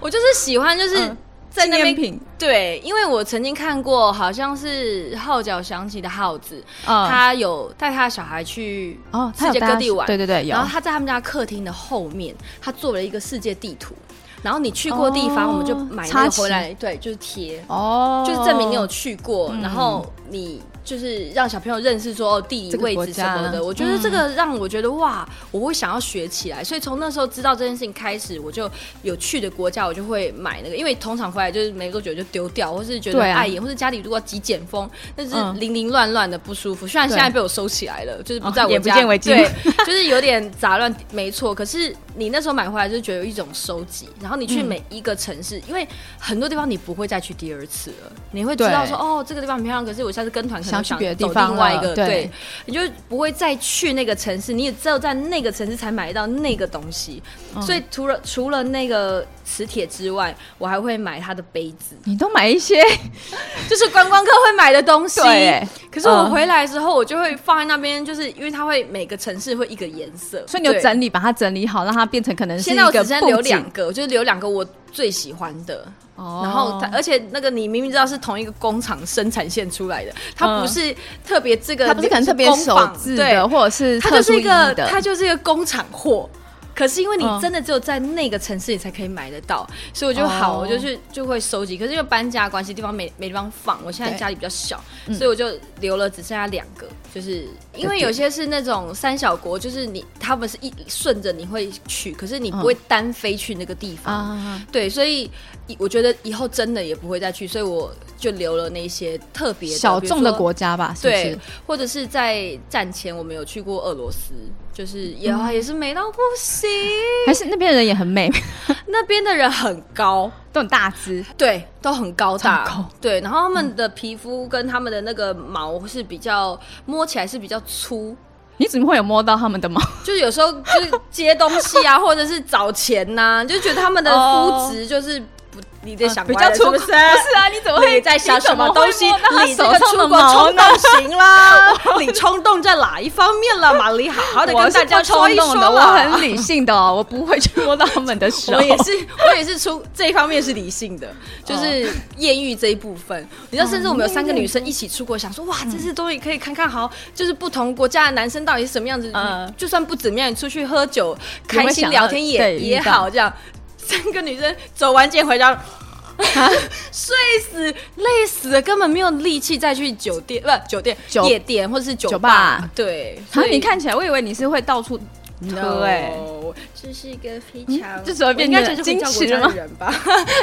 C: 我就是喜欢，就是
B: 嗯
C: 在那边、
B: 纪念品
C: 对，因为我曾经看过，好像是号角响起的号子，
B: 嗯
C: 他有带他的小孩去
B: 哦，它
C: 世
B: 有
C: 界
B: 大家
C: 各地玩，啊
B: 对对对，有
C: 然后他在他们家客厅的后面，他做了一个世界地图。然后你去过的地方，
B: 哦
C: 我们就买那
B: 插
C: 个
B: 旗
C: 回来，对，就是贴。
B: 哦，
C: 就是证明你有去过，
B: 嗯
C: 然后你就是让小朋友认识说哦地理
B: 这个
C: 位
B: 国
C: 置什
B: 家嗯
C: 么的。我觉得这个让我觉得哇，我会想要学起来。所以从那时候知道这件事情开始，我就有去的国家我就会买那个，因为通常回来就是没多久就丢掉，或是觉得
B: 对啊
C: 碍眼，或是家里如果极简风，那是
B: 嗯
C: 零零乱乱的不舒服。虽然
B: 对
C: 现在被我收起来了，就是不在
B: 哦
C: 我
B: 眼不
C: 家，
B: 见为净
C: 对， 就是有点杂乱，没错。可是你那时候买回来就是觉得有一种收集，然后你去
B: 嗯
C: 每一个城市，因为很多地方你不会再去第二次了，你会知道
B: 对
C: 说哦，这个地方很漂亮，可是我下次跟团可能
B: 想去
C: 想
B: 别的地
C: 走
B: 方
C: 另外一
B: 了
C: 个，
B: 对
C: 对，你就不会再去那个城市，你也只有在那个城市才买得到那个东西。
B: 嗯
C: 所以除了除了那个磁铁之外，我还会买它的杯 子，
B: 你都买一些
C: 就是观光客会买的东西。
B: 对，
C: 可是我
B: 嗯
C: 回来之后，我就会放在那边，就是因为它会每个城市会一个颜色，
B: 所以你有
C: 对
B: 整理，把它整理好，让它变成可能是
C: 现
B: 一
C: 在我
B: 个
C: 只剩留
B: 布景
C: 两个，我就留两个我最喜欢的。
B: 哦
C: 然后它，而且那个你明明知道是同一个工厂生产线出来的，它
B: 嗯
C: 不是特别这个，
B: 它不是可能特别
C: 呃工
B: 手
C: 坊
B: 制
C: 对
B: 的，或者是
C: 它就
B: 特殊
C: 是一
B: 意
C: 个
B: 义的
C: 它就是一个工厂货。可是因为你
B: 嗯
C: 真的只有在那个城市，你才可以买得到，所以我就好，
B: 哦
C: 我就去就会收集。可是因为搬家的关系，地方没没地方放，我现在
B: 对嗯
C: 家里比较小，所以我就留了只剩下两个，就是因为有些是那种三小国，就是你他们是一顺着你会去，可是你不会单飞去那个地方，
B: 嗯啊，
C: 对，所以以我觉得以后真的也不会再去，所以我就留了那些特别的
B: 小众的。
C: 比如说
B: 国家吧，是不
C: 对
B: 是？，
C: 或者是在战前我们有去过俄罗斯，就是
B: 嗯
C: 也、也是美到不行，
B: 还是那边的人也 很美，
C: 那边的人很高，
B: 都很大只，
C: 对，都很高大，
B: 超高
C: 对，然后他们的皮肤跟他们的那个毛是比较摸起来是比较粗，
B: 你怎么会有摸到他们 的毛？
C: 就是有时候就是接东西啊， 或者是找钱呐、就觉得他们的
B: 哦啊
C: 肤质就是不你的想
B: 比
C: 歪
B: 较
C: 了
B: 粗
C: 是不
B: 犷，
C: 是？
B: 是啊，你怎么会
C: 你在想
B: 你
C: 什
B: 怎
C: 么
B: 会
C: 东西
B: 摸到？他
C: 你这
B: 手
C: 个
B: 上
C: 出
B: 的
C: 国
B: 毛
C: 冲
B: 呢？
C: 动型啦， 你冲动在哪一方面了？玛丽，好好的
B: 我
C: 跟
B: 是
C: 大家
B: 不啊
C: 说
B: 冲
C: 一
B: 动
C: 说
B: 的，我
C: 啦
B: 很理性的哦，我不会去摸到他们的 手。
C: 我也是，我也是出这一方面是理性
B: 哦
C: 的，就是艳遇这一部分。你知道，甚至我们有三个女生一起出国，想说哇，
B: 嗯
C: 这次终于可以看看好，就是不同国家的男生到底是什么样子。
B: 嗯
C: 就算不怎么样，你出去喝酒、
B: 也会
C: 开心
B: 想
C: 聊
B: 要
C: 天
B: 对
C: 也也
B: 遇到
C: 好，这样。三个女生走完街回家，
B: 啊
C: 睡死、累死了，根本没有力气再去酒店，不酒店
B: 酒
C: 夜店或者是酒
B: 酒吧
C: 对，
B: 啊
C: 所，以
B: 你看起来，我以为你是会到处喝
C: no，
B: 哎、
C: 这是一个非常，
B: 嗯这时候
C: 我
B: 变
C: 应该
B: 得
C: 就是回教
B: 矜持
C: 国家
B: 了吗
C: 的人吧，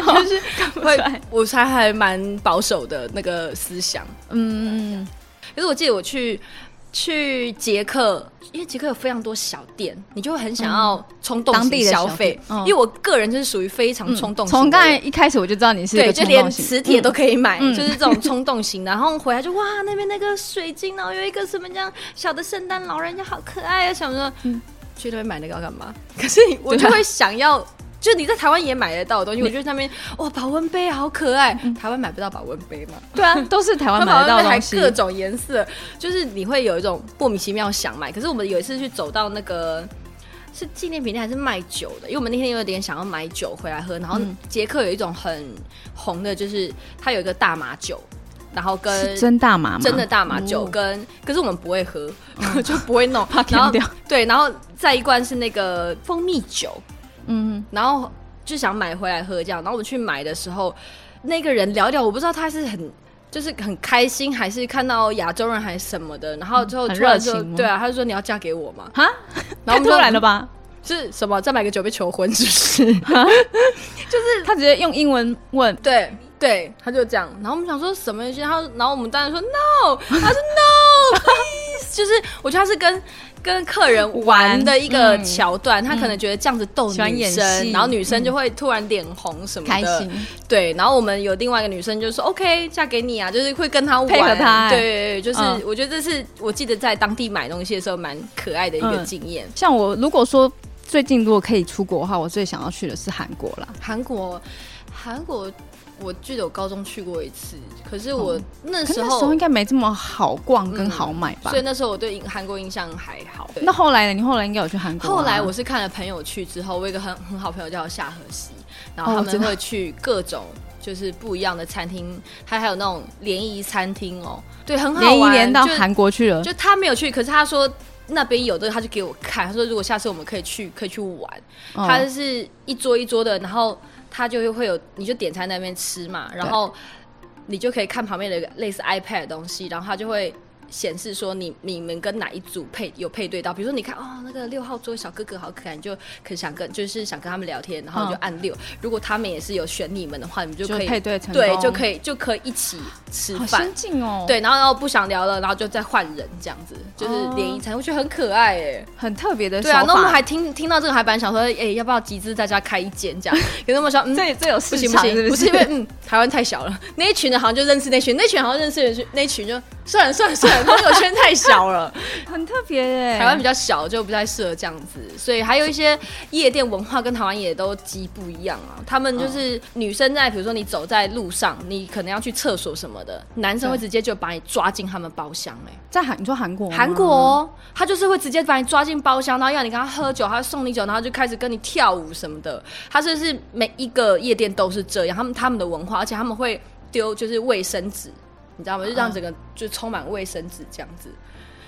B: 就是看不出
C: 会
B: 来。，
C: 我才还蛮保守的那个思想。
B: 嗯，嗯
C: 可是我记得我去呃去捷克，因为捷克有非常多小店，你就会很想要冲动
B: 当地
C: 型
B: 的
C: 消
B: 小
C: 费
B: 店。嗯
C: 因为我个人就是属于非常
B: 嗯
C: 冲动型的
B: 从
C: 人，
B: 刚才一开始我就知道你是一
C: 对，
B: 个
C: 就
B: 冲
C: 连
B: 动型
C: 磁铁都可以买，
B: 嗯
C: 就是这种冲动型的。然后回来就哇，那边那个水晶，然后有一个什么这样小的圣诞老人家，好可爱啊！想说、
B: 嗯
C: 去那边买那个要干嘛？可是我
B: 啊
C: 就会想要。就你在台湾也买得到的东西，我觉得那边哇保温杯好可爱，台湾买不到保温杯嘛，
B: 对啊，都是台湾
C: 他
B: 嗯买
C: 们
B: 得
C: 好像
B: 到的
C: 还
B: 东西。
C: 各种颜色，就是你会有一种莫名其妙想买。可是我们有一次去走到那个是纪念品店还是卖酒的，因为我们那天有点想要买酒回来喝。然后
B: 嗯
C: 捷克有一种很红的，就是它有一个大麻酒，然后跟
B: 是真大麻吗？
C: 真 的大麻酒
B: 哦嗯
C: 跟，可是我们不会喝， 就不会弄，
B: 怕
C: 然
B: 甜
C: 后
B: 掉。
C: 对，然后再一罐是那个蜂蜜酒，
B: 嗯，
C: 然后就想买回来喝这样。然后我们去买的时候，那个人聊一聊，我不知道他是很就是很开心，还是看到亚洲人还是什么的。然后之后
B: 嗯很
C: 突然
B: 热情
C: 说，
B: 吗
C: 对啊，他就说你要嫁给我嘛，
B: 哈，
C: 然后我们
B: 太突
C: 就
B: 然了吧？
C: 是什么？再买个酒被求婚是不是？
B: 他直接用英文问，
C: 对。对，他就这样，然后我们想说什么东西，他然后我们当然说 no，他说 no please，就是我觉得他是跟跟客人玩
B: 玩
C: 的一个
B: 嗯
C: 桥段，他可能觉得这样子逗
B: 喜欢
C: 女
B: 演
C: 生，
B: 戏嗯
C: 然后女生就会突然脸红什么的，
B: 开心。
C: 对，然后我们有另外一个女生就说 OK 嫁给你啊，就是会跟他玩，
B: 配合他
C: 对对对，就是、
B: 嗯
C: 我觉得这是我记得在当地买东西的时候蛮可爱的一
B: 嗯
C: 个经验。
B: 像我如果说最近如果可以出国的话，我最想要去的是韩国啦。
C: 韩国，韩国，我记得我高中去过一次，可是我、
B: 嗯
C: 那
B: 可是
C: 时
B: 那
C: 候，
B: 时候应该没这么好逛跟
C: 嗯
B: 好买吧
C: 所？以那时候我对韩国印象还好。对
B: 那后来呢？你后来应该有去韩国啊、
C: 后来我是看了朋友去之后，我有一个很很好朋友叫夏荷西，然后
B: 哦
C: 他
B: 我
C: 们
B: 知道
C: 会去各种就是不一样的餐厅，还还有那种联谊餐厅哦，对，很好玩，
B: 连一连到
C: 就
B: 韩国去了，
C: 就他没有去，可是他说那边有的，他就给我看。他说如果下次我们可以去，可以去玩。
B: 哦
C: 他就是一桌一桌的，然后他就会有，你就点餐那边吃嘛，然后你就可以看旁边的类似 iPad 的东西，然后他就会。显示说你你们跟哪一组配有配对到，比如说你看哦那个六号桌小哥哥好可爱，你就可想跟就是想跟他们聊天，然后你就
B: 嗯
C: 按六、如果他们也是有选你们的话，你们就
B: 就
C: 可以
B: 配对成功，
C: 对就可以就可以一起吃
B: 好
C: 饭
B: 先，进哦，，
C: 对，然后然后不想聊了，然后就再换人这样子，就是联谊餐，我觉得很可爱哎、
B: 很特别的手
C: 对
B: 哦法。
C: 啊，那我们还听听到这个，还本来想说，哎、要不要集资大家开一间 这样？可是我们想，嗯，
B: 这这有
C: 不
B: 市
C: 行不
B: 场
C: 行，
B: 是
C: 不
B: 是
C: 是因为嗯，台湾太小了，那一群人好像就认识那群，那群好像认识人那群就算了算了算了，朋友圈太 小了，
B: 很特别耶，
C: 台湾比较小就不太适合这样子，所以还有一些夜店文化跟台湾也都极不一样啊。他们
B: 嗯
C: 就是女生在，比如说你走在路上，你可能要去厕所什么的，男生会
B: 对
C: 直接就把你抓进他们包厢哎、
B: 在韩，你说韩国吗，
C: 韩国、哦，他就是会直接把你抓进包厢，然后要你跟他喝酒，他送你酒，然后就开始跟你跳舞什么的。他就是每一个夜店都是这样，他们他们的文化，而且他们会丢就是卫生纸，你知道吗？就让整个就充满卫生纸这样子。嗯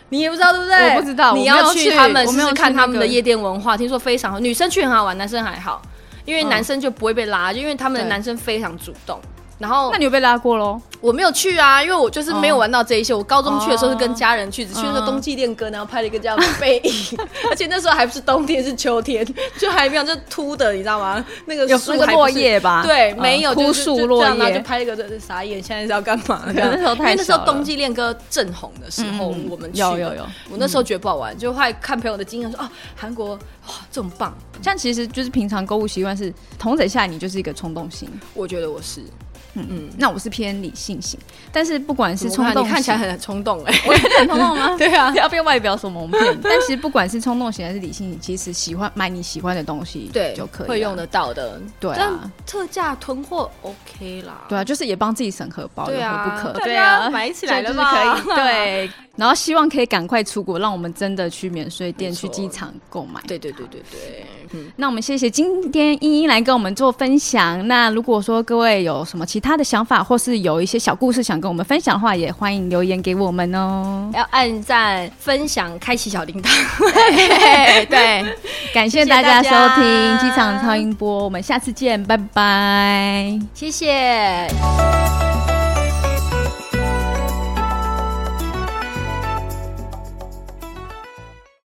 C: 你也不知道对不对？
B: 我不知道
C: 你
B: 我没有
C: 要
B: 去
C: 他们
B: 我
C: 试
B: 没有
C: 试
B: 去
C: 看他们的
B: 那个
C: 夜店文化，听说非常好。女生去很好玩，男生还好，因为
B: 嗯
C: 男生就不会被拉，就因为他们的
B: 对
C: 男生非常主动。然后
B: 那你有被拉过喽？
C: 我没有去啊，因为我就是没有玩到这一些。我高中去的时候是跟
B: 哦
C: 家人去，只去那个冬季恋歌，然后拍了一个这样的背影， 而且那时候还不是冬天，是秋天，就还没有就秃的，你知道吗？那个
B: 有
C: 树
B: 那个
C: 还不是
B: 落叶吧
C: 对，
B: 嗯
C: 没有
B: 枯
C: 就是
B: 树
C: 就
B: 落
C: 这样然后
B: 叶
C: 就拍了一个这这傻眼，现在是要干嘛？嗯
B: 能那时候
C: 因为
B: 太
C: 那时候
B: 小了
C: 冬季恋歌正红的时候，我们去
B: 有
C: 的
B: 有有，
C: 我那时候觉得不好玩，就后来看朋友的经验说，哦，韩国哇这么棒，
B: 像其实就是平常购物习惯是，同整下来你就是一个冲动型，
C: 我觉得我是
B: 嗯，那我是偏理性型，但是不管
C: 怎
B: 是
C: 么
B: 冲
C: 办
B: 动
C: 你
B: 型，
C: 看 起来很冲动哎、
B: 我有点冲动 吗？
C: 对啊
B: 不要被外表所蒙 骗。但其实不管是冲动型还是理性型，其实喜欢买你喜欢的东西，
C: 对，
B: 就可以
C: 会用
B: 的，
C: 得到的。
B: 对啊
C: 但特价囤货 OK 啦。
B: 对啊，就是也帮自己省荷包，有
C: 对
B: 何
C: 啊，
B: 不可？
C: 大
B: 对
C: 家
B: 啊，
C: 买起来了
B: 就是
C: 吧
B: 可以 对。然后希望可以赶快出国，让我们真的去免税店、
C: 没错
B: 去机场购买。
C: 对对对对对，嗯，
B: 那我们谢谢今天茵茵来跟我们做分享。那如果说各位有什么其其他的想法，或是有一些小故事想跟我们分享的话，也欢迎留言给我们哦。
C: 要按赞、分享、开启小铃铛。 对对，
B: 感
C: 谢
B: 谢大家
C: 大
B: 收
C: 家
B: 听《机场超音波》，我们下次见，拜拜。
C: 谢谢。